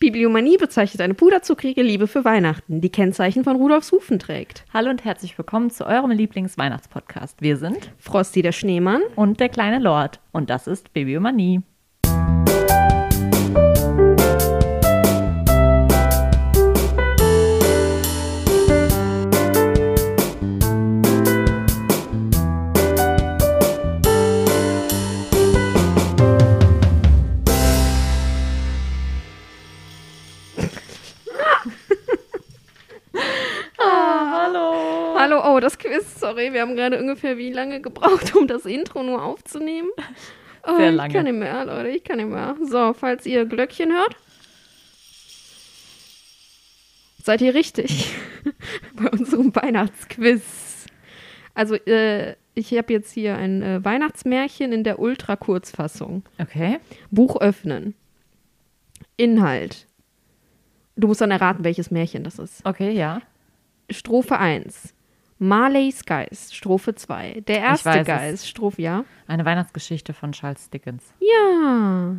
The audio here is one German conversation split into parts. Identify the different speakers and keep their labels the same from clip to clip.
Speaker 1: Bibliomanie bezeichnet eine puderzuckrige Liebe für Weihnachten, die Kennzeichen von Rudolfs Hufen trägt.
Speaker 2: Hallo und herzlich willkommen zu eurem Lieblingsweihnachtspodcast. Wir sind
Speaker 1: Frosty der Schneemann.
Speaker 2: und der kleine Lord und das ist Bibliomanie. Hallo.
Speaker 1: Hallo, oh, das Quiz, sorry, wir haben gerade ungefähr wie lange gebraucht, um das Intro nur aufzunehmen. Oh,
Speaker 2: Sehr
Speaker 1: Ich
Speaker 2: lange.
Speaker 1: kann nicht mehr, Leute, ich kann nicht mehr. So, falls ihr Glöckchen hört, seid ihr richtig bei unserem Weihnachtsquiz. Also, äh, ich habe jetzt hier ein äh, Weihnachtsmärchen in der Ultra-Kurzfassung.
Speaker 2: Okay.
Speaker 1: Buch öffnen. Inhalt. Du musst dann erraten, welches Märchen das ist.
Speaker 2: Okay, ja.
Speaker 1: Strophe 1. Marleys Geist, Strophe 2. Der
Speaker 2: weiß
Speaker 1: erste
Speaker 2: es.
Speaker 1: Geist, Strophe, ja.
Speaker 2: Eine Weihnachtsgeschichte von Charles Dickens.
Speaker 1: Ja.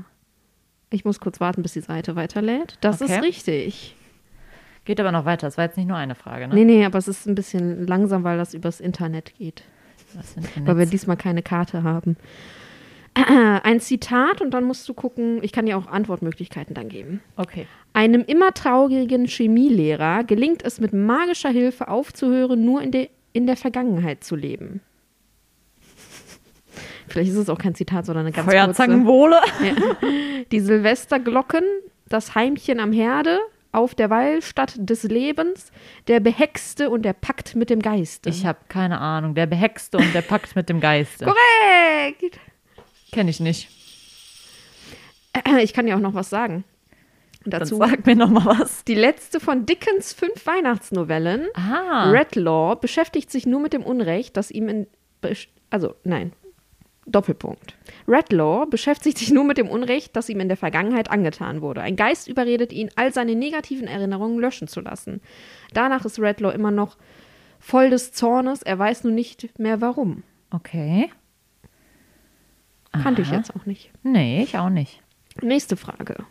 Speaker 1: Ich muss kurz warten, bis die Seite weiterlädt. Das
Speaker 2: Okay.
Speaker 1: ist richtig.
Speaker 2: Geht aber noch weiter. Es war jetzt nicht nur eine Frage, ne?
Speaker 1: Nee, nee, aber es ist ein bisschen langsam, weil das übers Internet geht.
Speaker 2: Das Internet.
Speaker 1: Weil wir diesmal keine Karte haben. Ein Zitat und dann musst du gucken, ich kann dir auch Antwortmöglichkeiten dann geben.
Speaker 2: okay.
Speaker 1: Einem immer traurigen Chemielehrer gelingt es mit magischer Hilfe aufzuhören, nur in, de in der Vergangenheit zu leben. Vielleicht ist es auch kein Zitat, sondern eine ganz kurze.
Speaker 2: Feuerzangenbowle.
Speaker 1: Die Silvesterglocken, das Heimchen am Herde, auf der Weilstatt des Lebens, der Behexte und der Pakt mit dem Geiste.
Speaker 2: Ich habe keine Ahnung. Der Behexte und der Pakt mit dem Geiste.
Speaker 1: Korrekt!
Speaker 2: Kenne ich nicht.
Speaker 1: Ich kann dir auch noch was sagen.
Speaker 2: Dann
Speaker 1: Dazu.
Speaker 2: sag mir noch mal was.
Speaker 1: Die letzte von Dickens fünf Weihnachtsnovellen
Speaker 2: Ah.
Speaker 1: Redlaw beschäftigt sich nur mit dem Unrecht, das ihm in. besch- Also, nein. Doppelpunkt. Redlaw beschäftigt sich nur mit dem Unrecht, das ihm in der Vergangenheit angetan wurde. Ein Geist überredet ihn, all seine negativen Erinnerungen löschen zu lassen. Danach ist Redlaw immer noch voll des Zornes, er weiß nun nicht mehr warum.
Speaker 2: Okay.
Speaker 1: Kannte ich
Speaker 2: Aha.
Speaker 1: jetzt auch nicht.
Speaker 2: Nee, ich auch nicht.
Speaker 1: Nächste Frage.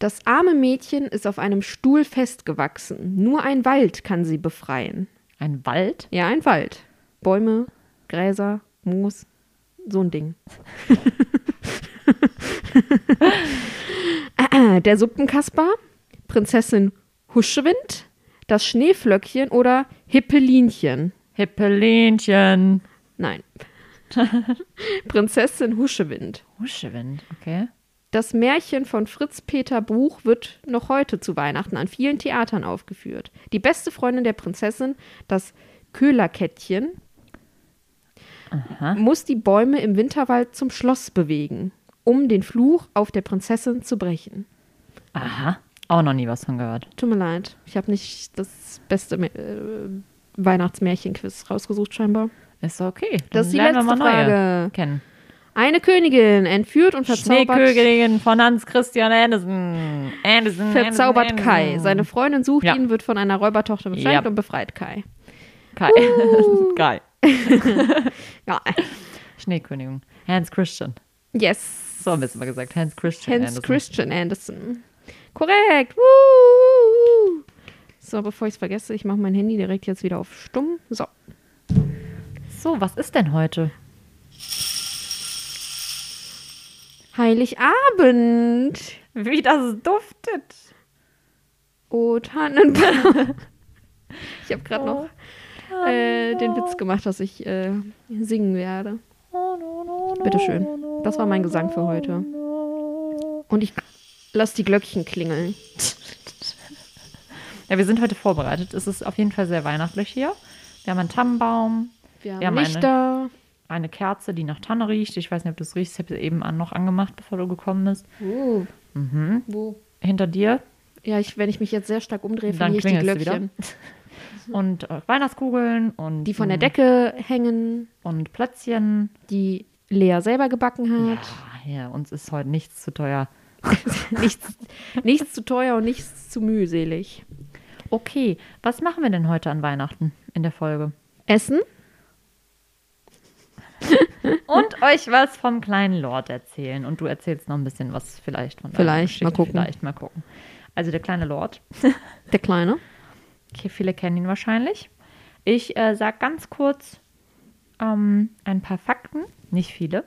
Speaker 1: Das arme Mädchen ist auf einem Stuhl festgewachsen. Nur ein Wald kann sie befreien.
Speaker 2: Ein Wald?
Speaker 1: Ja, ein Wald. Bäume, Gräser, Moos, so ein Ding. Ah, Der Suppenkasper, Prinzessin Huschewind, das Schneeflöckchen oder Hippelinchen.
Speaker 2: Hippelinchen.
Speaker 1: Nein. Prinzessin Huschewind.
Speaker 2: Huschewind, okay.
Speaker 1: Das Märchen von Fritz Peter Buch wird noch heute zu Weihnachten an vielen Theatern aufgeführt. Die beste Freundin der Prinzessin, das Köhlerkettchen,
Speaker 2: Aha.
Speaker 1: muss die Bäume im Winterwald zum Schloss bewegen, um den Fluch auf der Prinzessin zu brechen.
Speaker 2: Aha. Auch noch nie was von gehört.
Speaker 1: Tut mir leid, ich habe nicht das beste Mä- äh, Weihnachtsmärchen-Quiz rausgesucht scheinbar.
Speaker 2: Ist okay. Dann
Speaker 1: Das ist die
Speaker 2: lernen
Speaker 1: letzte
Speaker 2: wir mal neue
Speaker 1: Frage.
Speaker 2: kennen.
Speaker 1: Eine Königin entführt und verzaubert,
Speaker 2: Schneekönigin von Hans Christian Andersen. Andersen.
Speaker 1: verzaubert
Speaker 2: Andersen,
Speaker 1: Kai.
Speaker 2: Andersen.
Speaker 1: Seine Freundin sucht
Speaker 2: Ja.
Speaker 1: ihn, wird von einer Räubertochter beschenkt
Speaker 2: Ja.
Speaker 1: und befreit Kai.
Speaker 2: Kai. Kai.
Speaker 1: Ja.
Speaker 2: Schneekönigin. Hans Christian.
Speaker 1: Yes.
Speaker 2: So haben wir es immer gesagt. Hans Christian.
Speaker 1: Hans
Speaker 2: Andersen.
Speaker 1: Christian Andersen. Korrekt. Woo! So, bevor ich es vergesse, ich mache mein Handy direkt jetzt wieder auf stumm. So.
Speaker 2: So, was ist denn heute?
Speaker 1: Heiligabend.
Speaker 2: Wie das duftet.
Speaker 1: Oh, Tannenbaum. Ich habe gerade noch
Speaker 2: Oh,
Speaker 1: äh, den Witz gemacht, dass ich äh, singen werde. Bitteschön. Das war mein Gesang für heute. Und ich lasse die Glöckchen klingeln.
Speaker 2: Ja, wir sind heute vorbereitet. Es ist auf jeden Fall sehr weihnachtlich hier. Wir haben einen Tannenbaum,
Speaker 1: Wir haben
Speaker 2: Ja, meine.
Speaker 1: Lichter.
Speaker 2: eine Kerze, die nach Tanne riecht. Ich weiß nicht, ob du es riechst. Ich habe sie eben an, noch angemacht, bevor du gekommen bist.
Speaker 1: Oh.
Speaker 2: Mhm.
Speaker 1: Wo?
Speaker 2: Hinter dir
Speaker 1: Ja, ich, wenn ich mich jetzt sehr stark umdrehe,
Speaker 2: Dann
Speaker 1: verliere ich die
Speaker 2: klingelst du wieder.
Speaker 1: Glöckchen.
Speaker 2: und äh, Weihnachtskugeln und,
Speaker 1: Mhm. Die von der
Speaker 2: mh,
Speaker 1: Decke hängen,
Speaker 2: und Plätzchen.
Speaker 1: die Lea selber gebacken hat.
Speaker 2: Ah, ja, uns ist heute nichts zu teuer.
Speaker 1: Nichts, nichts zu teuer und nichts zu mühselig.
Speaker 2: Okay, was machen wir denn heute an Weihnachten in der Folge?
Speaker 1: Essen? Hm?
Speaker 2: und euch was vom kleinen Lord erzählen. Und du erzählst noch ein bisschen was vielleicht von deiner
Speaker 1: Vielleicht,
Speaker 2: Geschichte.
Speaker 1: mal gucken.
Speaker 2: Vielleicht, mal gucken. Also der kleine Lord,
Speaker 1: Der Kleine.
Speaker 2: okay, viele kennen ihn wahrscheinlich. Ich äh, sage ganz kurz ähm, ein paar Fakten, nicht viele.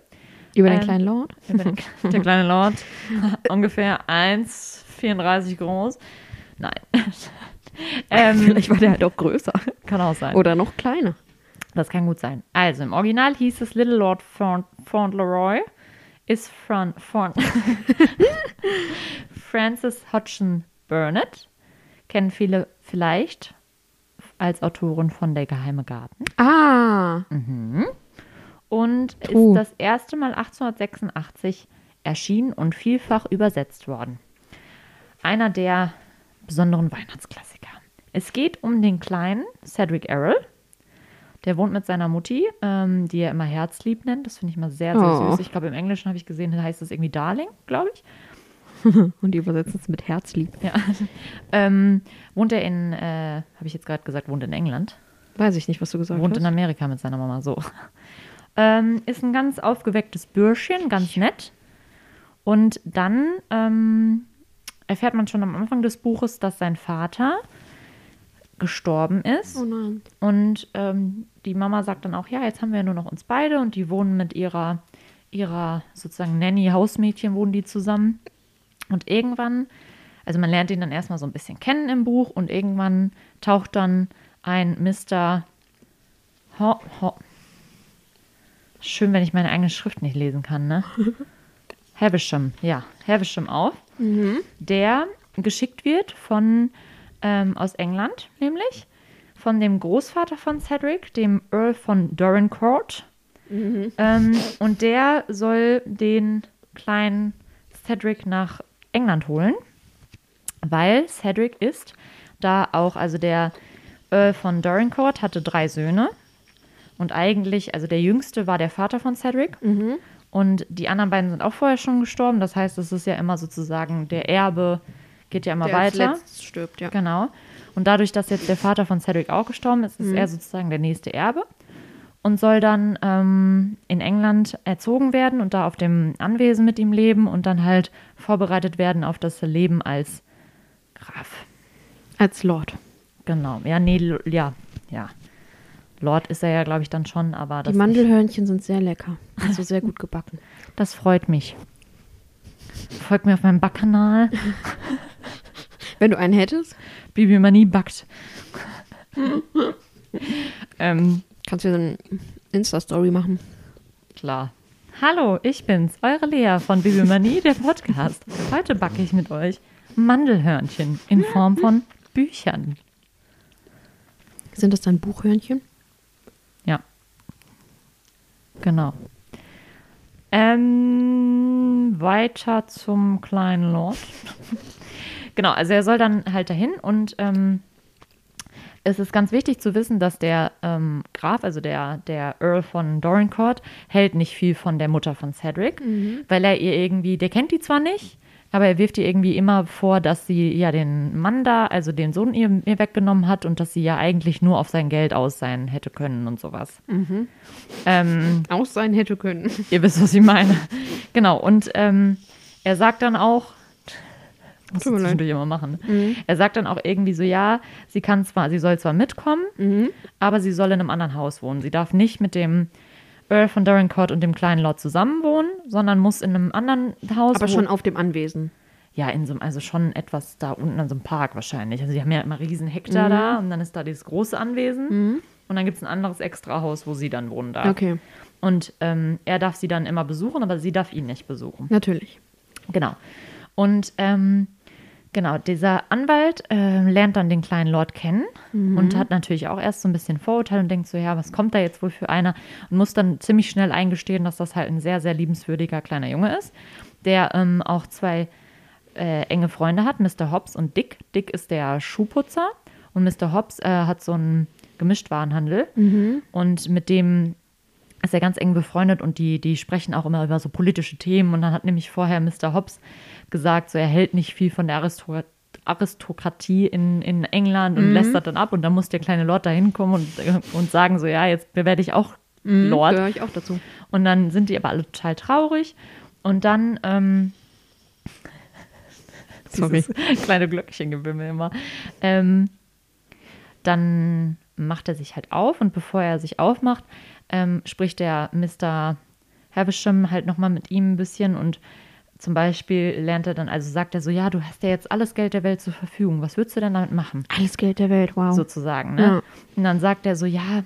Speaker 1: Über den
Speaker 2: Ähm,
Speaker 1: kleinen Lord.
Speaker 2: Über den, der kleine Lord, ungefähr 1,34 groß. Nein. ähm,
Speaker 1: Vielleicht war der halt auch größer.
Speaker 2: kann auch sein.
Speaker 1: Oder noch kleiner.
Speaker 2: Das kann gut sein. Also im Original hieß es Little Lord Faunt- Fauntleroy ist von, von Francis Hodgson Burnett. Kennen viele vielleicht als Autorin von Der Geheime Garten.
Speaker 1: Ah,
Speaker 2: Und
Speaker 1: True.
Speaker 2: ist das erste Mal 1886 erschienen und vielfach übersetzt worden. Einer der besonderen Weihnachtsklassiker. Es geht um den kleinen Cedric Errol. Der wohnt mit seiner Mutti, ähm, die er immer Herzlieb nennt. Das finde ich immer sehr, sehr
Speaker 1: Oh.
Speaker 2: süß. Ich glaube, im Englischen habe ich gesehen, da heißt es irgendwie Darling, glaube ich.
Speaker 1: und die übersetzen es mit Herzlieb.
Speaker 2: Ja. ähm, wohnt er in, äh, habe ich jetzt gerade gesagt, wohnt in England.
Speaker 1: Weiß ich nicht, was du gesagt
Speaker 2: Wohnt
Speaker 1: hast.
Speaker 2: in Amerika mit seiner Mama, so. Ähm, ist ein ganz aufgewecktes Bürschchen, ganz nett. Und dann ähm, erfährt man schon am Anfang des Buches, dass sein Vater gestorben ist.
Speaker 1: oh nein.
Speaker 2: Und ähm, die Mama sagt dann auch, ja, jetzt haben wir ja nur noch uns beide. Und die wohnen mit ihrer, ihrer sozusagen Nanny, Hausmädchen, wohnen die zusammen. Und irgendwann, also man lernt ihn dann erstmal so ein bisschen kennen im Buch. Und irgendwann taucht dann ein Mr. Ho Ho Schön, wenn ich meine eigene Schrift nicht lesen kann, ne? Havisham, ja, Havisham auf, der geschickt wird von ähm, aus England, nämlich von dem Großvater von Cedric, dem Earl von Dorincourt. Ähm, und der soll den kleinen Cedric nach England holen, weil Cedric ist da auch, also der Earl von Dorincourt hatte drei Söhne und eigentlich, also der jüngste war der Vater von Cedric. Und die anderen beiden sind auch vorher schon gestorben. Das heißt, es ist ja immer sozusagen der Erbe, geht ja immer weiter.
Speaker 1: stirbt, ja.
Speaker 2: Genau. Und dadurch, dass jetzt der Vater von Cedric auch gestorben ist, ist er sozusagen der nächste Erbe und soll dann ähm, in England erzogen werden und da auf dem Anwesen mit ihm leben und dann halt vorbereitet werden auf das Leben als Graf.
Speaker 1: Als Lord.
Speaker 2: Genau. Ja, nee, L- ja, ja. Lord ist er ja, glaube ich, dann schon, aber
Speaker 1: Die
Speaker 2: das,
Speaker 1: Mandelhörnchen sind sehr lecker. Also sehr gut gebacken.
Speaker 2: das freut mich. Folgt mir auf meinem Backkanal.
Speaker 1: Wenn du einen hättest,
Speaker 2: Bibi Manie backt. ähm,
Speaker 1: kannst du dir eine Insta-Story machen.
Speaker 2: Klar. Hallo, ich bin's, eure Lea von Bibimanie, der Podcast. Heute backe ich mit euch Mandelhörnchen in Form von Büchern.
Speaker 1: Sind das dann Buchhörnchen?
Speaker 2: Ja. Genau. Ähm, weiter zum kleinen Lord. genau, also er soll dann halt dahin und ähm, es ist ganz wichtig zu wissen, dass der ähm, Graf, also der, der Earl von Dorincourt, hält nicht viel von der Mutter von Cedric, weil er ihr irgendwie, der kennt die zwar nicht, aber er wirft ihr irgendwie immer vor, dass sie ja den Mann da, also den Sohn ihr, ihr weggenommen hat und dass sie ja eigentlich nur auf sein Geld aus sein hätte können und sowas. Ähm,
Speaker 1: Auch sein hätte können.
Speaker 2: Ihr wisst, was ich meine. Genau, und ähm, er sagt dann auch, muss
Speaker 1: Tut mir
Speaker 2: ich
Speaker 1: leid. Mhm.
Speaker 2: zwischendurch immer machen. ne? Er sagt dann auch irgendwie so, ja, sie kann zwar, sie soll zwar mitkommen,
Speaker 1: Mhm.
Speaker 2: aber sie soll in einem anderen Haus wohnen. Sie darf nicht mit dem Earl von Dorincourt und dem kleinen Lord zusammen wohnen, sondern muss in einem anderen Haus
Speaker 1: Aber
Speaker 2: wo-
Speaker 1: schon auf dem Anwesen.
Speaker 2: ja, in so einem, also schon etwas da unten an so einem Park wahrscheinlich. Also die haben ja immer riesen Hektar da und dann ist da dieses große Anwesen und dann gibt es ein anderes Extrahaus, wo sie dann wohnen darf.
Speaker 1: Okay.
Speaker 2: Und ähm, er darf sie dann immer besuchen, aber sie darf ihn nicht besuchen.
Speaker 1: Natürlich.
Speaker 2: Genau. Und ähm, genau, dieser Anwalt ähm, lernt dann den kleinen Lord kennen und hat natürlich auch erst so ein bisschen Vorurteile und denkt so, ja, was kommt da jetzt wohl für einer? Und muss dann ziemlich schnell eingestehen, dass das halt ein sehr, sehr liebenswürdiger kleiner Junge ist, der ähm, auch zwei äh, enge Freunde hat, Mr. Hobbs und Dick. Dick ist der Schuhputzer und Mr. Hobbs äh, hat so einen Gemischtwarenhandel und mit dem ist er ganz eng befreundet und die, die sprechen auch immer über so politische Themen. Und dann hat nämlich vorher Mr. Hobbs gesagt, so er hält nicht viel von der Aristok Aristokratie in, in England und lässt das dann ab. Und dann muss der kleine Lord da hinkommen und, und sagen, so ja, jetzt werde ich auch Lord.
Speaker 1: Gehöre ich auch dazu.
Speaker 2: Und dann sind die aber alle total traurig. Und dann, ähm,
Speaker 1: Sorry.
Speaker 2: dieses kleine Glöckchengebimmel immer. Ähm, dann macht er sich halt auf und bevor er sich aufmacht, ähm, spricht der Mr. Havisham halt nochmal mit ihm ein bisschen und zum Beispiel lernt er dann, also sagt er so, ja, du hast ja jetzt alles Geld der Welt zur Verfügung, was würdest du denn damit machen?
Speaker 1: Alles Geld der Welt, wow.
Speaker 2: sozusagen. Ne?
Speaker 1: Genau. Ja.
Speaker 2: Und dann sagt er so, ja,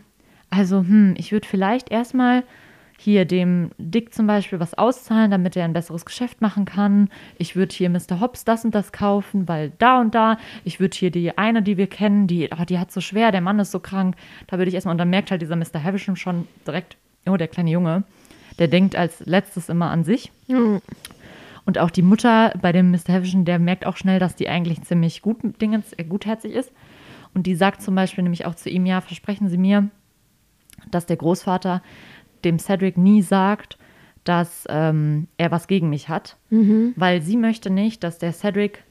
Speaker 2: also hm, ich würde vielleicht erstmal hier dem Dick zum Beispiel was auszahlen, damit er ein besseres Geschäft machen kann. Ich würde hier Mr. Hobbs das und das kaufen, weil da und da. Ich würde hier die eine, die wir kennen, die, oh, die hat so schwer, der Mann ist so krank. Da würde ich erstmal, und dann merkt halt dieser Mr. Havisham schon direkt, oh, der kleine Junge, der denkt als letztes immer an sich.
Speaker 1: Ja.
Speaker 2: Und auch die Mutter bei dem Mr. Havisham, der merkt auch schnell, dass die eigentlich ziemlich gut, dingens, äh, gutherzig ist. Und die sagt zum Beispiel nämlich auch zu ihm, ja, versprechen Sie mir, dass der Großvater dem Cedric nie sagt, dass ähm, er was gegen mich hat.
Speaker 1: Mhm.
Speaker 2: Weil sie möchte nicht, dass der Cedric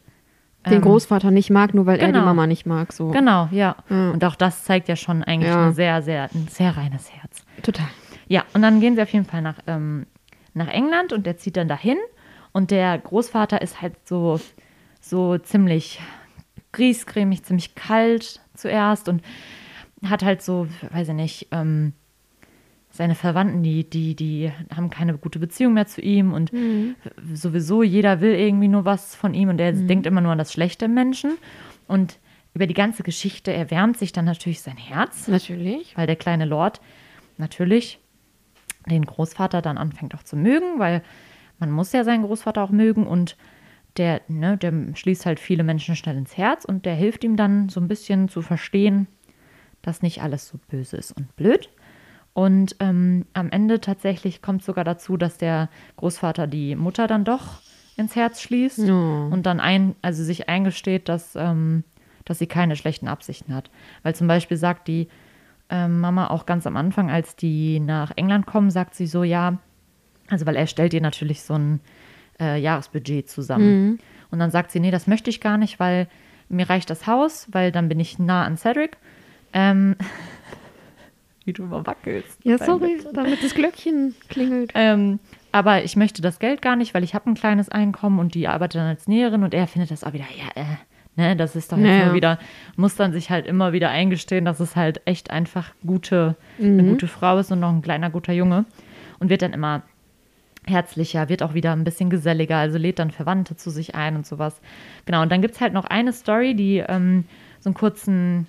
Speaker 1: Den
Speaker 2: ähm,
Speaker 1: Großvater nicht mag, nur weil er die
Speaker 2: genau.
Speaker 1: Mama nicht mag. So.
Speaker 2: Genau, ja.
Speaker 1: Ja.
Speaker 2: Und auch das zeigt ja schon eigentlich
Speaker 1: Ja.
Speaker 2: ein sehr, sehr, ein sehr reines Herz.
Speaker 1: Total.
Speaker 2: Ja, und dann gehen sie auf jeden Fall nach, ähm, nach England und der zieht dann dahin. Und der Großvater ist halt so, so ziemlich grießcremig, ziemlich kalt zuerst und hat halt so, weiß ich nicht, ähm, seine Verwandten, die, die, die haben keine gute Beziehung mehr zu ihm und sowieso jeder will irgendwie nur was von ihm und er denkt immer nur an das Schlechte im Menschen. Und über die ganze Geschichte erwärmt sich dann natürlich sein Herz
Speaker 1: Natürlich.
Speaker 2: weil der kleine Lord natürlich den Großvater dann anfängt auch zu mögen, weil man muss ja seinen Großvater auch mögen und der, ne, der schließt halt viele Menschen schnell ins Herz und der hilft ihm dann so ein bisschen zu verstehen, dass nicht alles so böse ist und blöd. Und ähm, am Ende tatsächlich kommt sogar dazu, dass der Großvater die Mutter dann doch ins Herz schließt
Speaker 1: Ja.
Speaker 2: und dann ein, also sich eingesteht, dass, ähm, dass sie keine schlechten Absichten hat. Weil zum Beispiel sagt die ähm, Mama auch ganz am Anfang, als die nach England kommen, sagt sie so, ja, also weil er stellt ihr natürlich so ein äh, Jahresbudget zusammen.
Speaker 1: Mhm.
Speaker 2: Und dann sagt sie, nee, das möchte ich gar nicht, weil mir reicht das Haus, weil dann bin ich nah an Cedric. Ähm, wie du immer wackelst.
Speaker 1: Ja,
Speaker 2: Dein
Speaker 1: sorry, damit das Glöckchen klingelt.
Speaker 2: ähm, aber ich möchte das Geld gar nicht, weil ich habe ein kleines Einkommen und die arbeitet dann als Näherin und er findet das auch wieder, ja, äh, ne, das ist doch jetzt
Speaker 1: Naja.
Speaker 2: nur wieder, muss dann sich halt immer wieder eingestehen, dass es halt echt einfach gute, eine gute Frau ist und noch ein kleiner guter Junge und wird dann immer herzlicher, wird auch wieder ein bisschen geselliger, also lädt dann Verwandte zu sich ein und sowas. Genau, und dann gibt es halt noch eine Story, die ähm, so einen kurzen,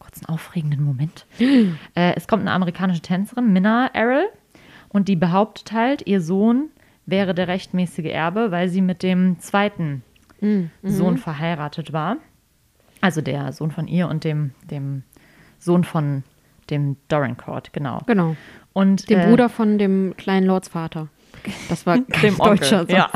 Speaker 2: kurzen aufregenden Moment. äh, es kommt eine amerikanische Tänzerin, Minna Errol, und die behauptet halt, ihr Sohn wäre der rechtmäßige Erbe, weil sie mit dem zweiten
Speaker 1: Mhm.
Speaker 2: Sohn verheiratet war. Also der Sohn von ihr und dem, dem Sohn von dem Dorincourt, genau.
Speaker 1: Genau.
Speaker 2: Und
Speaker 1: Dem
Speaker 2: äh,
Speaker 1: Bruder von dem kleinen Lordsvater. Das war
Speaker 2: dem
Speaker 1: kein
Speaker 2: Onkel.
Speaker 1: deutscher Satz.
Speaker 2: Ja.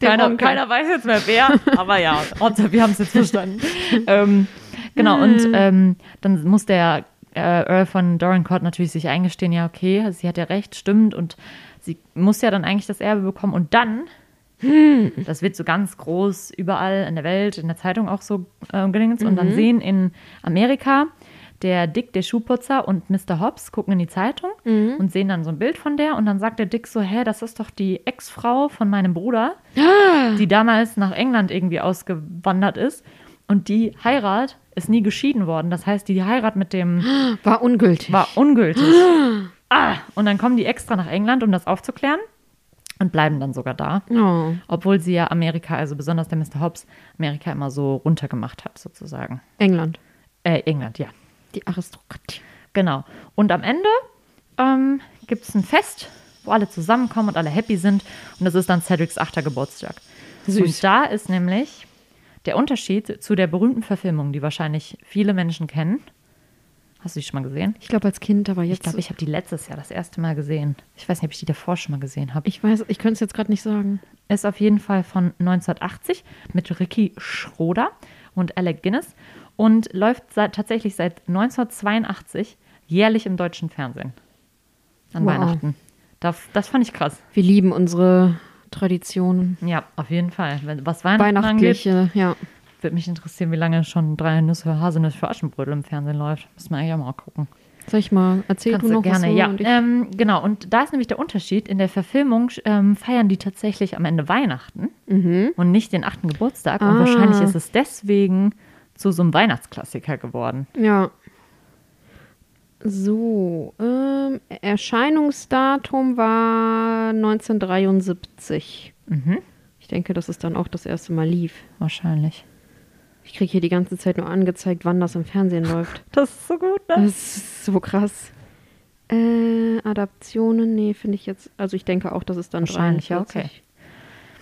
Speaker 2: Keiner,
Speaker 1: Onkel.
Speaker 2: keiner weiß jetzt mehr wer, aber ja, Hauptsache, wir haben es jetzt verstanden. ähm, genau, und ähm, dann muss der äh, Earl von Dorincourt natürlich sich eingestehen, ja, okay, sie hat ja recht, stimmt, und sie muss ja dann eigentlich das Erbe bekommen. Und dann, das wird so ganz groß überall in der Welt, in der Zeitung auch so äh, gelingt, und dann sehen in Amerika, der Dick, der Schuhputzer und Mr. Hobbs gucken in die Zeitung und sehen dann so ein Bild von der und dann sagt der Dick so, hä, das ist doch die Ex-Frau von meinem Bruder, die damals nach England irgendwie ausgewandert ist und die Heirat ist nie geschieden worden. Das heißt, die Heirat mit dem
Speaker 1: War ungültig.
Speaker 2: war ungültig. Ah, und dann kommen die extra nach England, um das aufzuklären und bleiben dann sogar da.
Speaker 1: Oh.
Speaker 2: Obwohl sie ja Amerika, also besonders der Mr. Hobbs, Amerika immer so runtergemacht hat, sozusagen.
Speaker 1: England.
Speaker 2: Äh, England, ja.
Speaker 1: Die Aristokratie.
Speaker 2: Genau. Und am Ende ähm, gibt es ein Fest, wo alle zusammenkommen und alle happy sind. Und das ist dann Cedrics achter Geburtstag.
Speaker 1: Süß.
Speaker 2: Und da ist nämlich der Unterschied zu der berühmten Verfilmung, die wahrscheinlich viele Menschen kennen. Hast du die schon mal gesehen?
Speaker 1: Ich glaube als Kind, aber jetzt.
Speaker 2: Ich glaube, ich habe die letztes Jahr das erste Mal gesehen. Ich weiß nicht, ob ich die davor schon mal gesehen habe.
Speaker 1: ich weiß, ich könnte es jetzt gerade nicht sagen.
Speaker 2: Ist auf jeden Fall von 1980 mit Ricky Schroeder und Alec Guinness und läuft seit, tatsächlich seit 1982 jährlich im deutschen Fernsehen. An
Speaker 1: Wow.
Speaker 2: Weihnachten. Das, das fand ich krass.
Speaker 1: Wir lieben unsere Traditionen.
Speaker 2: Ja, auf jeden Fall. Wenn- Was Weihnachten angeht,
Speaker 1: Weihnachtliche, ja.
Speaker 2: würde mich interessieren, wie lange schon drei Nüsse Haselnüsse für Aschenbrödel im Fernsehen läuft. Müssen wir eigentlich auch mal gucken.
Speaker 1: Soll ich mal, erzähl
Speaker 2: Kannst
Speaker 1: du noch was?
Speaker 2: gerne,
Speaker 1: so
Speaker 2: ja.
Speaker 1: und ich-
Speaker 2: Ähm, genau, und da ist nämlich der Unterschied. In der Verfilmung ähm, feiern die tatsächlich am Ende Weihnachten und nicht den achten Geburtstag. Und
Speaker 1: Mhm. Ah.
Speaker 2: wahrscheinlich ist es deswegen zu so einem Weihnachtsklassiker geworden.
Speaker 1: Ja. So, ähm, Erscheinungsdatum war 1973.
Speaker 2: Mhm.
Speaker 1: Ich denke, das ist dann auch das erste Mal lief.
Speaker 2: Wahrscheinlich.
Speaker 1: Ich kriege hier die ganze Zeit nur angezeigt, wann das im Fernsehen läuft.
Speaker 2: Das ist so gut, ne?
Speaker 1: Das ist so krass. Äh, Adaptionen, nee, finde ich jetzt, also ich denke auch, das ist dann
Speaker 2: Wahrscheinlich, ja,
Speaker 1: 43.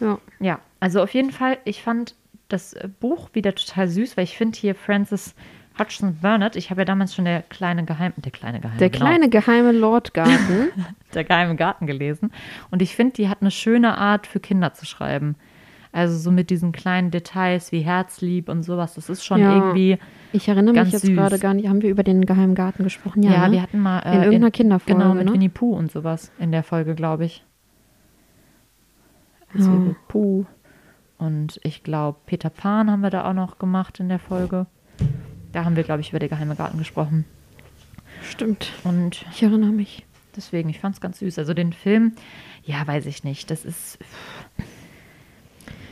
Speaker 1: Ja,
Speaker 2: Ja, also auf jeden Fall, ich fand das äh, Buch wieder total süß, weil ich finde hier Frances Hutchinson Burnett, ich habe ja damals schon der kleine Geheim, der kleine Geheim,
Speaker 1: der
Speaker 2: genau,
Speaker 1: kleine geheime Lordgarten.
Speaker 2: der geheime Garten gelesen und ich finde, die hat eine schöne Art für Kinder zu schreiben. Also so mit diesen kleinen Details wie Herzlieb und sowas, das ist schon
Speaker 1: Ja.
Speaker 2: irgendwie
Speaker 1: Ich erinnere
Speaker 2: Ganz
Speaker 1: mich jetzt
Speaker 2: süß.
Speaker 1: gerade gar nicht, haben wir über den geheimen Garten gesprochen?
Speaker 2: ja,
Speaker 1: Ja, ne?
Speaker 2: wir hatten mal äh,
Speaker 1: In irgendeiner Kinderfolge,
Speaker 2: genau mit
Speaker 1: ne?
Speaker 2: Winnie Pooh und sowas in der Folge, glaube ich. Also
Speaker 1: Ja.
Speaker 2: Pooh und ich glaube Peter Pan haben wir da auch noch gemacht in der Folge. Da haben wir glaube ich über den geheime Garten gesprochen
Speaker 1: Stimmt.
Speaker 2: und
Speaker 1: Ich erinnere mich.
Speaker 2: deswegen ich fand es ganz süß. Also den Film, ja, weiß ich nicht, das ist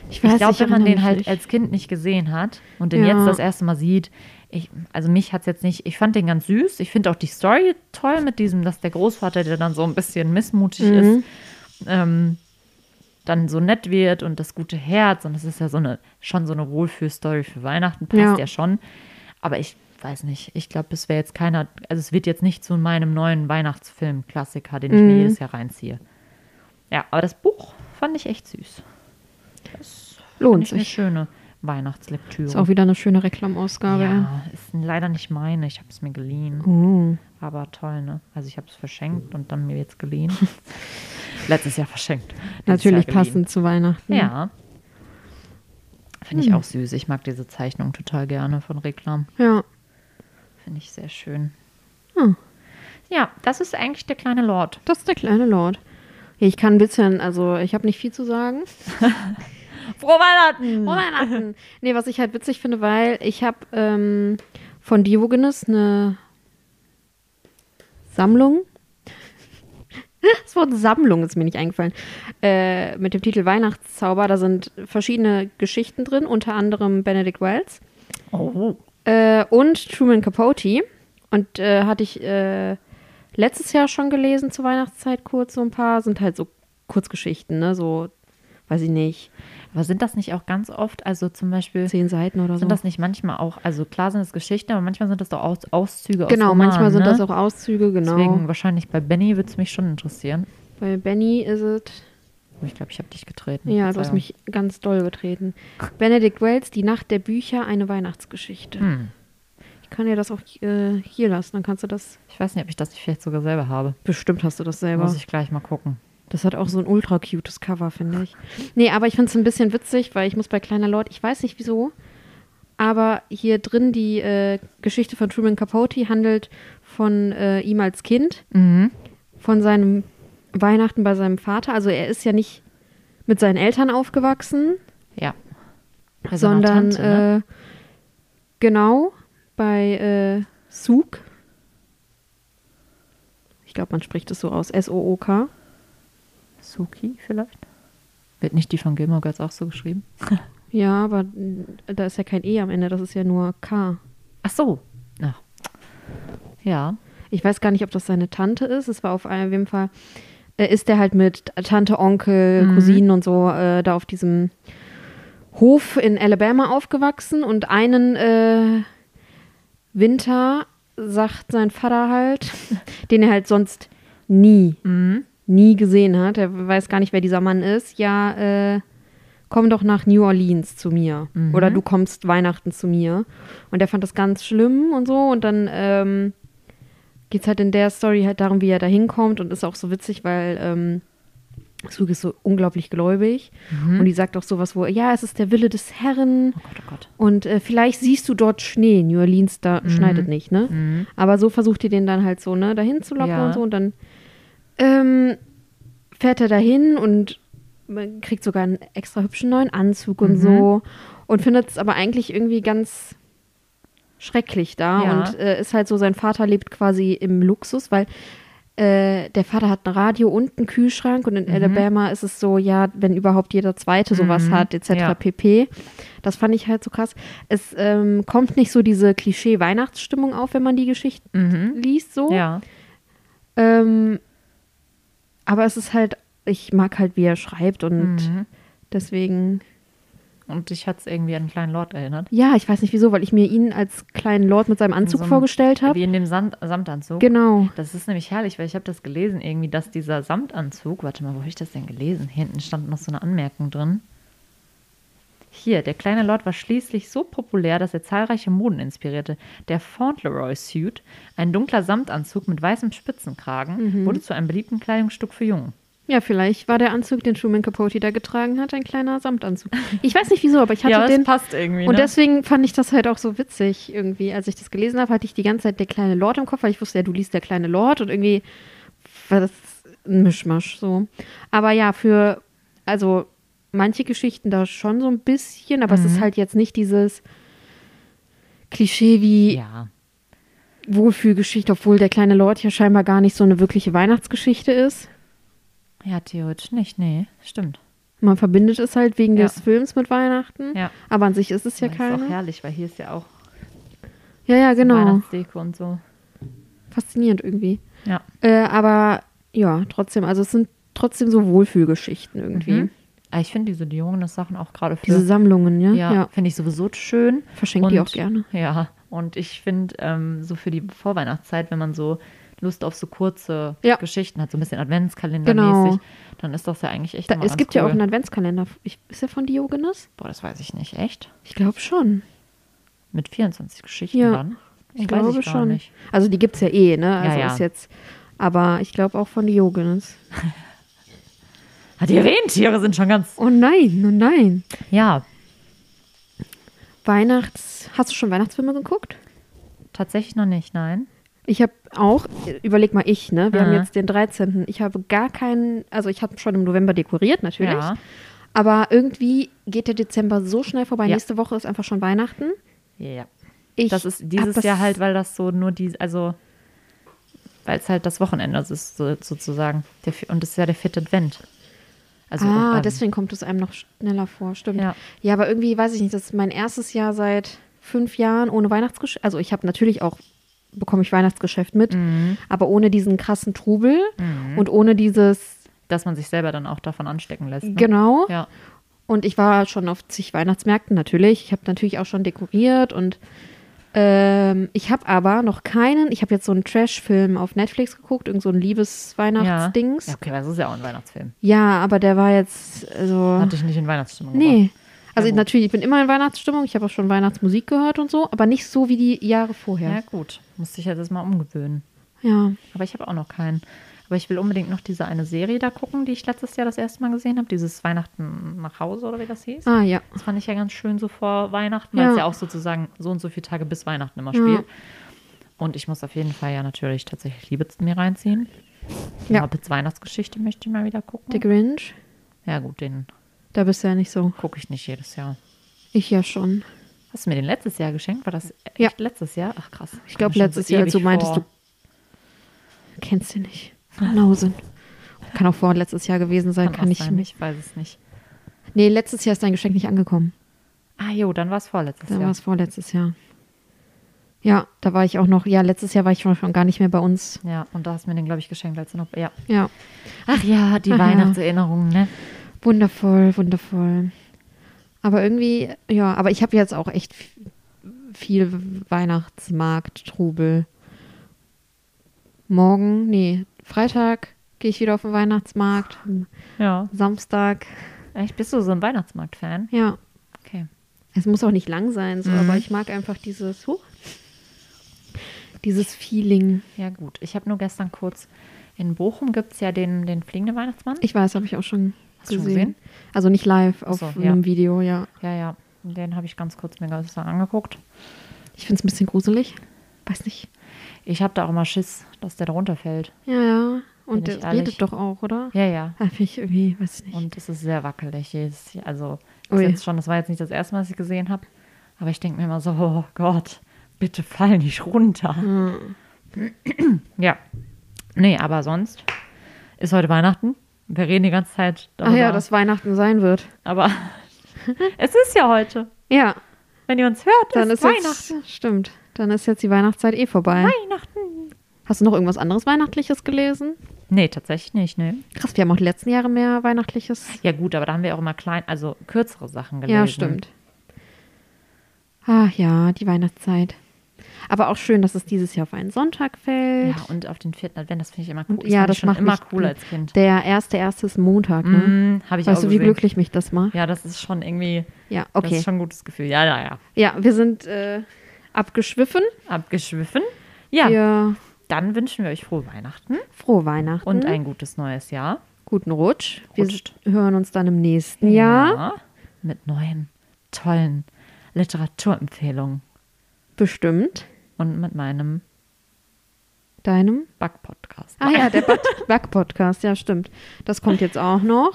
Speaker 1: Ich
Speaker 2: ich
Speaker 1: weiß,
Speaker 2: glaube,
Speaker 1: ich
Speaker 2: wenn man
Speaker 1: erinnere
Speaker 2: den
Speaker 1: mich
Speaker 2: halt
Speaker 1: nicht.
Speaker 2: als Kind nicht gesehen hat und den
Speaker 1: Ja.
Speaker 2: jetzt das erste Mal sieht, ich, also mich hat es jetzt nicht, ich fand den ganz süß. Ich finde auch die Story toll mit diesem, dass der Großvater, der dann so ein bisschen missmutig
Speaker 1: Mhm.
Speaker 2: ist, ähm, dann so nett wird und das gute Herz und das ist ja so eine, schon so eine Wohlfühlstory für Weihnachten, passt ja,
Speaker 1: Ja.
Speaker 2: schon. Aber ich weiß nicht, ich glaube, es wäre jetzt keiner, also es wird jetzt nicht zu meinem neuen Weihnachtsfilm-Klassiker,
Speaker 1: Mhm.
Speaker 2: den ich mir jedes Jahr reinziehe. Ja, aber das Buch fand ich echt süß.
Speaker 1: Lohnt
Speaker 2: Nicht eine
Speaker 1: sich.
Speaker 2: schöne Weihnachtslektüre.
Speaker 1: Ist auch wieder eine schöne Reklamausgabe. Ja.
Speaker 2: ja, ist leider nicht meine. Ich habe es mir geliehen.
Speaker 1: Mm.
Speaker 2: Aber toll, ne? Also ich habe es verschenkt und dann mir jetzt geliehen. Letztes Jahr verschenkt. dieses
Speaker 1: Natürlich
Speaker 2: Jahr geliehen.
Speaker 1: passend zu Weihnachten.
Speaker 2: Ja. Finde
Speaker 1: Hm.
Speaker 2: ich auch süß. Ich mag diese Zeichnung total gerne von Reklam.
Speaker 1: Ja.
Speaker 2: Finde ich sehr schön.
Speaker 1: Hm.
Speaker 2: Ja, das ist eigentlich der kleine Lord.
Speaker 1: Das ist der kleine Lord. Ja, Ich kann ein bisschen, also ich habe nicht viel zu sagen.
Speaker 2: Frohe Weihnachten!
Speaker 1: Oh Weihnachten. Nee, was ich halt witzig finde, weil ich habe ähm, von Diogenes eine Sammlung. Das Wort Sammlung ist mir nicht eingefallen. Äh, mit dem Titel Weihnachtszauber, da sind verschiedene Geschichten drin, unter anderem Benedict Wells
Speaker 2: Oh.
Speaker 1: äh, und Truman Capote. Und äh, hatte ich äh, letztes Jahr schon gelesen zur Weihnachtszeit kurz so ein paar, sind halt so Kurzgeschichten, ne? So, weiß ich nicht,
Speaker 2: Aber sind das nicht auch ganz oft, also zum Beispiel...
Speaker 1: zehn Seiten oder so.
Speaker 2: Sind das nicht manchmal auch, also klar sind es Geschichten, aber manchmal sind das doch aus, Auszüge aus
Speaker 1: Genau,
Speaker 2: Romanen,
Speaker 1: manchmal sind
Speaker 2: ne?
Speaker 1: das auch Auszüge, genau.
Speaker 2: Deswegen wahrscheinlich bei Benny würde es mich schon interessieren.
Speaker 1: Bei Benny ist es.
Speaker 2: Ich glaube, ich habe dich getreten.
Speaker 1: Ja, du hast
Speaker 2: Verzeihung.
Speaker 1: mich ganz doll getreten. Benedict Wells, Die Nacht der Bücher, eine Weihnachtsgeschichte.
Speaker 2: Hm.
Speaker 1: Ich kann dir das auch äh, hier lassen, dann kannst du das.
Speaker 2: Ich weiß nicht, ob ich das nicht vielleicht sogar selber habe.
Speaker 1: Bestimmt hast du das selber.
Speaker 2: Muss ich gleich mal gucken.
Speaker 1: Das hat auch so ein ultra cutes Cover, finde ich. Nee, aber ich finde es ein bisschen witzig, weil ich muss bei Kleiner Lord, ich weiß nicht wieso, aber hier drin die äh, Geschichte von Truman Capote handelt von äh, ihm als Kind, von seinem Weihnachten bei seinem Vater. Also er ist ja nicht mit seinen Eltern aufgewachsen,
Speaker 2: Ja. Bei so einer
Speaker 1: sondern
Speaker 2: Tante, ne?
Speaker 1: äh, genau bei äh, Sook. Ich glaube, man spricht es so aus. S-O-O-K.
Speaker 2: Suki vielleicht? Wird nicht die von Gilmore Girls auch so geschrieben?
Speaker 1: Ja, aber n- da ist ja kein E am Ende, das ist ja nur K.
Speaker 2: Ach so. Ach. Ja.
Speaker 1: Ich weiß gar nicht, ob das seine Tante ist. Es war auf jeden Fall, äh, ist der halt mit Tante, Onkel, Cousinen und so äh, da auf diesem Hof in Alabama aufgewachsen und einen äh, Winter sagt sein Vater halt, den er halt sonst nie, nie gesehen hat. Er weiß gar nicht, wer dieser Mann ist. Ja, äh, komm doch nach New Orleans zu mir. Oder du kommst Weihnachten zu mir. Und er fand das ganz schlimm und so. Und dann ähm, geht es halt in der Story halt darum, wie er da hinkommt. Und ist auch so witzig, weil ähm, Sug ist so unglaublich gläubig. Und die sagt auch sowas, wo, ja, es ist der Wille des Herrn.
Speaker 2: Oh Gott, oh Gott.
Speaker 1: Und äh, vielleicht siehst du dort Schnee. New Orleans da
Speaker 2: Mhm.
Speaker 1: schneidet nicht, ne? Aber so versucht ihr den dann halt so, ne, dahin zu locken
Speaker 2: Ja.
Speaker 1: und so. Und dann ähm, fährt er dahin und man kriegt sogar einen
Speaker 2: Mhm.
Speaker 1: extra hübschen neuen Anzug und so. Und findet es aber eigentlich irgendwie ganz schrecklich da.
Speaker 2: Ja.
Speaker 1: Und äh, ist halt so, sein Vater lebt quasi im Luxus, weil äh, der Vater hat ein Radio und einen Kühlschrank und in
Speaker 2: Mhm.
Speaker 1: Alabama ist es so, ja, wenn überhaupt jeder Zweite sowas hat, etc.
Speaker 2: ja.
Speaker 1: pp. Das fand ich halt so krass. Es ähm, kommt nicht so diese Klischee-Weihnachtsstimmung auf, wenn man die Geschichten liest, so.
Speaker 2: Mhm. Ja.
Speaker 1: Ähm, aber es ist halt, ich mag halt, wie er schreibt und
Speaker 2: Mhm.
Speaker 1: deswegen.
Speaker 2: Und ich hatte es irgendwie an einen kleinen Lord erinnert.
Speaker 1: Ja, ich weiß nicht wieso, weil ich mir ihn als kleinen Lord mit seinem Anzug
Speaker 2: So ein-
Speaker 1: vorgestellt habe.
Speaker 2: Wie in dem Sand Samtanzug.
Speaker 1: Genau.
Speaker 2: Das ist nämlich herrlich, weil ich habe das gelesen irgendwie, dass dieser Samtanzug, warte mal, wo habe ich das denn gelesen? Hinten stand noch so eine Anmerkung drin. Hier, der kleine Lord war schließlich so populär, dass er zahlreiche Moden inspirierte. Der Fauntleroy-Suit, ein dunkler Samtanzug mit weißem
Speaker 1: Mhm.
Speaker 2: Spitzenkragen, wurde zu einem beliebten Kleidungsstück für Jungen.
Speaker 1: Ja, vielleicht war der Anzug, den Truman Capote da getragen hat, ein kleiner Samtanzug. Ich weiß nicht wieso, aber ich hatte den.
Speaker 2: passt irgendwie. ne?
Speaker 1: Und deswegen fand ich das halt auch so witzig irgendwie. Als ich das gelesen habe, hatte ich die ganze Zeit der kleine Lord im Kopf, weil ich wusste ja, du liest der kleine Lord und irgendwie war das ein Mischmasch so. Aber ja, für, also manche Geschichten da schon so ein bisschen, aber
Speaker 2: Mhm.
Speaker 1: es ist halt jetzt nicht dieses Klischee wie
Speaker 2: ja,
Speaker 1: Wohlfühlgeschichte, obwohl der kleine Lord ja scheinbar gar nicht so eine wirkliche Weihnachtsgeschichte ist.
Speaker 2: ja, theoretisch nicht, nee, stimmt.
Speaker 1: Man verbindet es halt wegen
Speaker 2: Ja.
Speaker 1: des Films mit Weihnachten,
Speaker 2: Ja.
Speaker 1: aber an sich ist es ja
Speaker 2: Aber Ist auch
Speaker 1: keine.
Speaker 2: herrlich, weil hier ist ja auch
Speaker 1: Ja, ja, genau.
Speaker 2: Weihnachtsdeko und so.
Speaker 1: Faszinierend irgendwie.
Speaker 2: Ja.
Speaker 1: Äh, aber ja, trotzdem, also es sind trotzdem so Wohlfühlgeschichten irgendwie.
Speaker 2: Mhm. Aber ich finde diese Diogenes-Sachen auch gerade für
Speaker 1: Diese Sammlungen, ne? Hm? ja?
Speaker 2: Ja, finde ich sowieso schön.
Speaker 1: Verschenkt die auch gerne.
Speaker 2: Ja, und ich finde, ähm, so für die Vorweihnachtszeit, wenn man so Lust auf so kurze
Speaker 1: Ja.
Speaker 2: Geschichten hat, so ein bisschen Adventskalendermäßig,
Speaker 1: Genau.
Speaker 2: dann ist Oh, das ja eigentlich echt
Speaker 1: Da,
Speaker 2: immer
Speaker 1: es
Speaker 2: ganz
Speaker 1: gibt
Speaker 2: cool.
Speaker 1: ja auch ne- einen Adventskalender. Ich, ist der von Diogenes?
Speaker 2: Boah, das weiß ich nicht. Echt?
Speaker 1: Ich glaube schon.
Speaker 2: Mit 24 Geschichten
Speaker 1: Ja,
Speaker 2: dann?
Speaker 1: Ich,
Speaker 2: Weiß
Speaker 1: glaube
Speaker 2: gar
Speaker 1: schon.
Speaker 2: Nicht.
Speaker 1: Also die gibt es ja eh, ne? Also
Speaker 2: ja.
Speaker 1: ist jetzt. Aber ich glaube auch von Diogenes.
Speaker 2: Hat ihr Ah, Rentiere sind schon ganz...
Speaker 1: Oh nein, oh nein.
Speaker 2: Ja,
Speaker 1: Weihnachts. Hast du schon Weihnachtsfilme geguckt?
Speaker 2: tatsächlich noch nicht, nein.
Speaker 1: Ich habe auch, überleg mal ich, ne? Wir
Speaker 2: Ah.
Speaker 1: haben jetzt den 13. Ich habe gar keinen, also ich habe schon im November dekoriert natürlich,
Speaker 2: Ja.
Speaker 1: aber irgendwie geht der Dezember so schnell vorbei.
Speaker 2: Ja.
Speaker 1: Nächste Woche ist einfach schon Weihnachten.
Speaker 2: Ja.
Speaker 1: Ich
Speaker 2: Das ist
Speaker 1: hab
Speaker 2: dieses
Speaker 1: das-
Speaker 2: Jahr halt, weil das so nur die, also weil es halt das Wochenende ist so, sozusagen. Der, vi- und es ist ja der vierte Advent. Also
Speaker 1: ah,
Speaker 2: ähm,
Speaker 1: deswegen kommt es einem noch schneller vor, stimmt. Ja.
Speaker 2: Ja.
Speaker 1: aber irgendwie weiß ich nicht, das ist mein erstes Jahr seit fünf Jahren ohne Weihnachtsgeschäft. Also ich habe natürlich auch, bekomme ich Weihnachtsgeschäft mit,
Speaker 2: Mhm.
Speaker 1: aber ohne diesen krassen Trubel und ohne dieses,
Speaker 2: dass man sich selber dann auch davon anstecken lässt. Ne?
Speaker 1: genau.
Speaker 2: Ja.
Speaker 1: Und ich war schon auf zig Weihnachtsmärkten natürlich. Ich habe natürlich auch schon dekoriert und ähm, ich habe aber noch keinen. Ich habe jetzt so einen Trash-Film auf Netflix geguckt, irgend so ein
Speaker 2: Ja.
Speaker 1: Liebesweihnachtsdings.
Speaker 2: ja,
Speaker 1: Ja.
Speaker 2: okay, weil das ist ja auch ein Weihnachtsfilm.
Speaker 1: ja, aber der war jetzt also
Speaker 2: Hatte ich nicht in Weihnachtsstimmung. gebracht.
Speaker 1: nee. Also
Speaker 2: Ja, gut.
Speaker 1: natürlich, ich bin immer in Weihnachtsstimmung. Ich habe auch schon Weihnachtsmusik gehört und so, aber nicht so wie die Jahre
Speaker 2: Ja,
Speaker 1: vorher.
Speaker 2: gut. Musste ich ja das mal umgewöhnen.
Speaker 1: Ja,
Speaker 2: Aber ich habe auch noch keinen. Aber ich will unbedingt noch diese eine Serie da gucken, die ich letztes Jahr das erste Mal gesehen habe. Dieses Weihnachten nach Hause oder wie das hieß.
Speaker 1: ah ja.
Speaker 2: Das fand ich ja ganz schön so vor Weihnachten, weil es
Speaker 1: Ja.
Speaker 2: ja auch sozusagen so und so viele Tage bis Weihnachten immer
Speaker 1: Ja.
Speaker 2: spielt. Und ich muss auf jeden Fall ja natürlich tatsächlich Liebe zu mir reinziehen. Die
Speaker 1: Ja.
Speaker 2: ja. Hobbits Weihnachtsgeschichte möchte ich mal wieder gucken.
Speaker 1: Der Grinch,
Speaker 2: Ja gut, den
Speaker 1: da bist du ja nicht so.
Speaker 2: gucke ich nicht jedes Jahr.
Speaker 1: Ich ja schon.
Speaker 2: Hast du mir den letztes Jahr geschenkt? War das echt
Speaker 1: Ja.
Speaker 2: letztes Jahr? Ach krass.
Speaker 1: Ich glaube, letztes Jahr, als du meintest, du kennst sie nicht. Nausen. Kann auch vor letztes Jahr gewesen sein,
Speaker 2: kann,
Speaker 1: kann,
Speaker 2: auch
Speaker 1: ich
Speaker 2: sein, ich weiß es nicht.
Speaker 1: Nee, letztes Jahr ist dein Geschenk nicht angekommen.
Speaker 2: Ah jo, dann war es vorletztes
Speaker 1: Da war
Speaker 2: Jahr.
Speaker 1: es vorletztes Jahr. Ja, da war ich auch noch. Ja, letztes Jahr war ich schon, schon gar nicht mehr bei uns.
Speaker 2: Ja, und da hast du mir den, glaube ich, geschenkt, als du noch. Ja.
Speaker 1: Ja,
Speaker 2: Ach ja, die
Speaker 1: Ach ja.
Speaker 2: Weihnachtserinnerungen, ne?
Speaker 1: wundervoll, wundervoll. Aber irgendwie, ja, aber ich habe jetzt auch echt f- viel Weihnachtsmarkt-Trubel. Morgen, nee, Freitag gehe ich wieder auf den Weihnachtsmarkt. am
Speaker 2: Ja.
Speaker 1: Samstag,
Speaker 2: Echt, bist du so ein Weihnachtsmarkt-Fan?
Speaker 1: ja.
Speaker 2: Okay.
Speaker 1: Es muss auch nicht lang sein, so, aber ich mag einfach dieses, huh, dieses Feeling.
Speaker 2: Ja, gut. Ich habe nur gestern kurz. In Bochum gibt es ja den, den fliegenden Weihnachtsmann.
Speaker 1: Ich weiß, habe ich auch schon
Speaker 2: Hast du
Speaker 1: gesehen.
Speaker 2: schon gesehen?
Speaker 1: Also nicht live auf
Speaker 2: Ach so, ja.
Speaker 1: einem Video, ja.
Speaker 2: ja, ja. Den habe ich ganz kurz mir gestern angeguckt.
Speaker 1: Ich finde es ein bisschen gruselig. Weiß nicht.
Speaker 2: Ich habe da auch immer Schiss, dass der da runterfällt.
Speaker 1: Ja, ja. Und
Speaker 2: Bin ich
Speaker 1: der
Speaker 2: ehrlich?
Speaker 1: redet doch auch, oder?
Speaker 2: Ja, ja.
Speaker 1: Ah, finde ich irgendwie, weiß nicht.
Speaker 2: Und es ist sehr wackelig. Jedes, also, das,
Speaker 1: Ui.
Speaker 2: ist jetzt schon, das war jetzt nicht das erste Mal, dass ich gesehen habe. Aber ich denke mir immer so, oh Gott, bitte fall nicht runter.
Speaker 1: Hm.
Speaker 2: Ja. Nee, aber sonst ist heute Weihnachten. Wir reden die ganze Zeit
Speaker 1: Ach
Speaker 2: darüber.
Speaker 1: ja, dass Weihnachten sein wird.
Speaker 2: aber es ist ja heute.
Speaker 1: Ja,
Speaker 2: Wenn ihr uns hört,
Speaker 1: dann ist,
Speaker 2: ist, Weihnachten.
Speaker 1: jetzt. Stimmt. Dann ist jetzt die Weihnachtszeit eh vorbei.
Speaker 2: Weihnachten.
Speaker 1: Hast du noch irgendwas anderes Weihnachtliches gelesen?
Speaker 2: Nee, tatsächlich nicht, nee.
Speaker 1: Krass, wir haben auch die letzten Jahre mehr Weihnachtliches.
Speaker 2: Ja gut, aber da haben wir auch immer klein, also kürzere Sachen gelesen.
Speaker 1: Ja, stimmt. Ach ja, die Weihnachtszeit. Aber auch schön, dass es dieses Jahr auf einen Sonntag fällt.
Speaker 2: Ja, und auf den vierten Advent, das finde ich immer cool.
Speaker 1: ja,
Speaker 2: fand ich
Speaker 1: das
Speaker 2: schon
Speaker 1: macht
Speaker 2: immer
Speaker 1: mich
Speaker 2: cool als Kind.
Speaker 1: Der erste, erste ist Montag, ne?
Speaker 2: Mm, Habe ich auch
Speaker 1: weißt du, wie
Speaker 2: gesehen.
Speaker 1: glücklich mich das macht?
Speaker 2: Ja, das ist schon irgendwie,
Speaker 1: Ja,
Speaker 2: das
Speaker 1: okay.
Speaker 2: ist schon ein gutes Gefühl. Ja, ja, ja.
Speaker 1: Ja, wir sind äh, abgeschwiffen.
Speaker 2: Abgeschwiffen. Ja,
Speaker 1: Wir
Speaker 2: dann wünschen wir euch frohe Weihnachten
Speaker 1: frohe Weihnachten
Speaker 2: und ein gutes neues Jahr.
Speaker 1: guten Rutsch. Wir
Speaker 2: Rutscht.
Speaker 1: hören uns dann im nächsten Jahr.
Speaker 2: Mit neuen, tollen Literaturempfehlungen
Speaker 1: Bestimmt.
Speaker 2: und mit meinem
Speaker 1: Deinem?
Speaker 2: Back-Podcast.
Speaker 1: Ah ja, der Back- Back-Podcast. Ja, stimmt. Das kommt jetzt auch noch.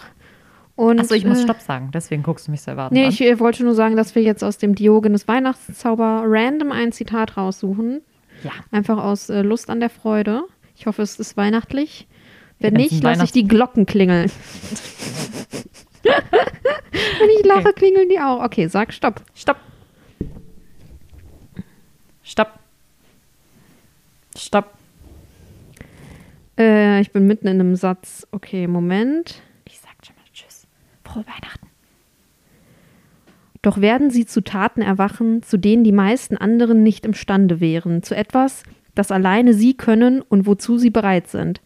Speaker 1: Und,
Speaker 2: Achso, ich muss
Speaker 1: äh,
Speaker 2: Stopp sagen, deswegen guckst du mich so erwartend
Speaker 1: Nee,
Speaker 2: an.
Speaker 1: ich äh, wollte nur sagen, dass wir jetzt aus dem Diogenes Weihnachtszauber random ein Zitat raussuchen.
Speaker 2: Ja.
Speaker 1: Einfach aus äh, Lust an der Freude. Ich hoffe, es ist weihnachtlich. Wenn
Speaker 2: Ja, wenn's
Speaker 1: nicht,
Speaker 2: ein
Speaker 1: lasse ich die Glocken klingeln. Wenn ich lache, klingeln die auch. Okay, sag Stopp.
Speaker 2: Stopp. Stopp. Stopp.
Speaker 1: Äh, ich bin mitten in einem Satz. Okay, Moment.
Speaker 2: Ich sag schon mal Tschüss. Frohe Weihnachten.
Speaker 1: Doch werden sie zu Taten erwachen, zu denen die meisten anderen nicht imstande wären, zu etwas, das alleine sie können und wozu sie bereit sind.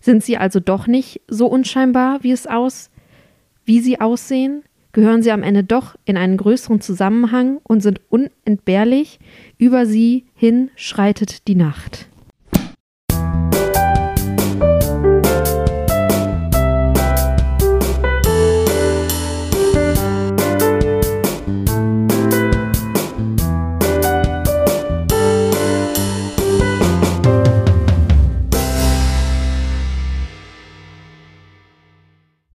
Speaker 1: Sind sie also doch nicht so unscheinbar, wie es aus, wie sie aussehen? Gehören sie am Ende doch in einen größeren Zusammenhang und sind unentbehrlich? Über sie hin schreitet die Nacht.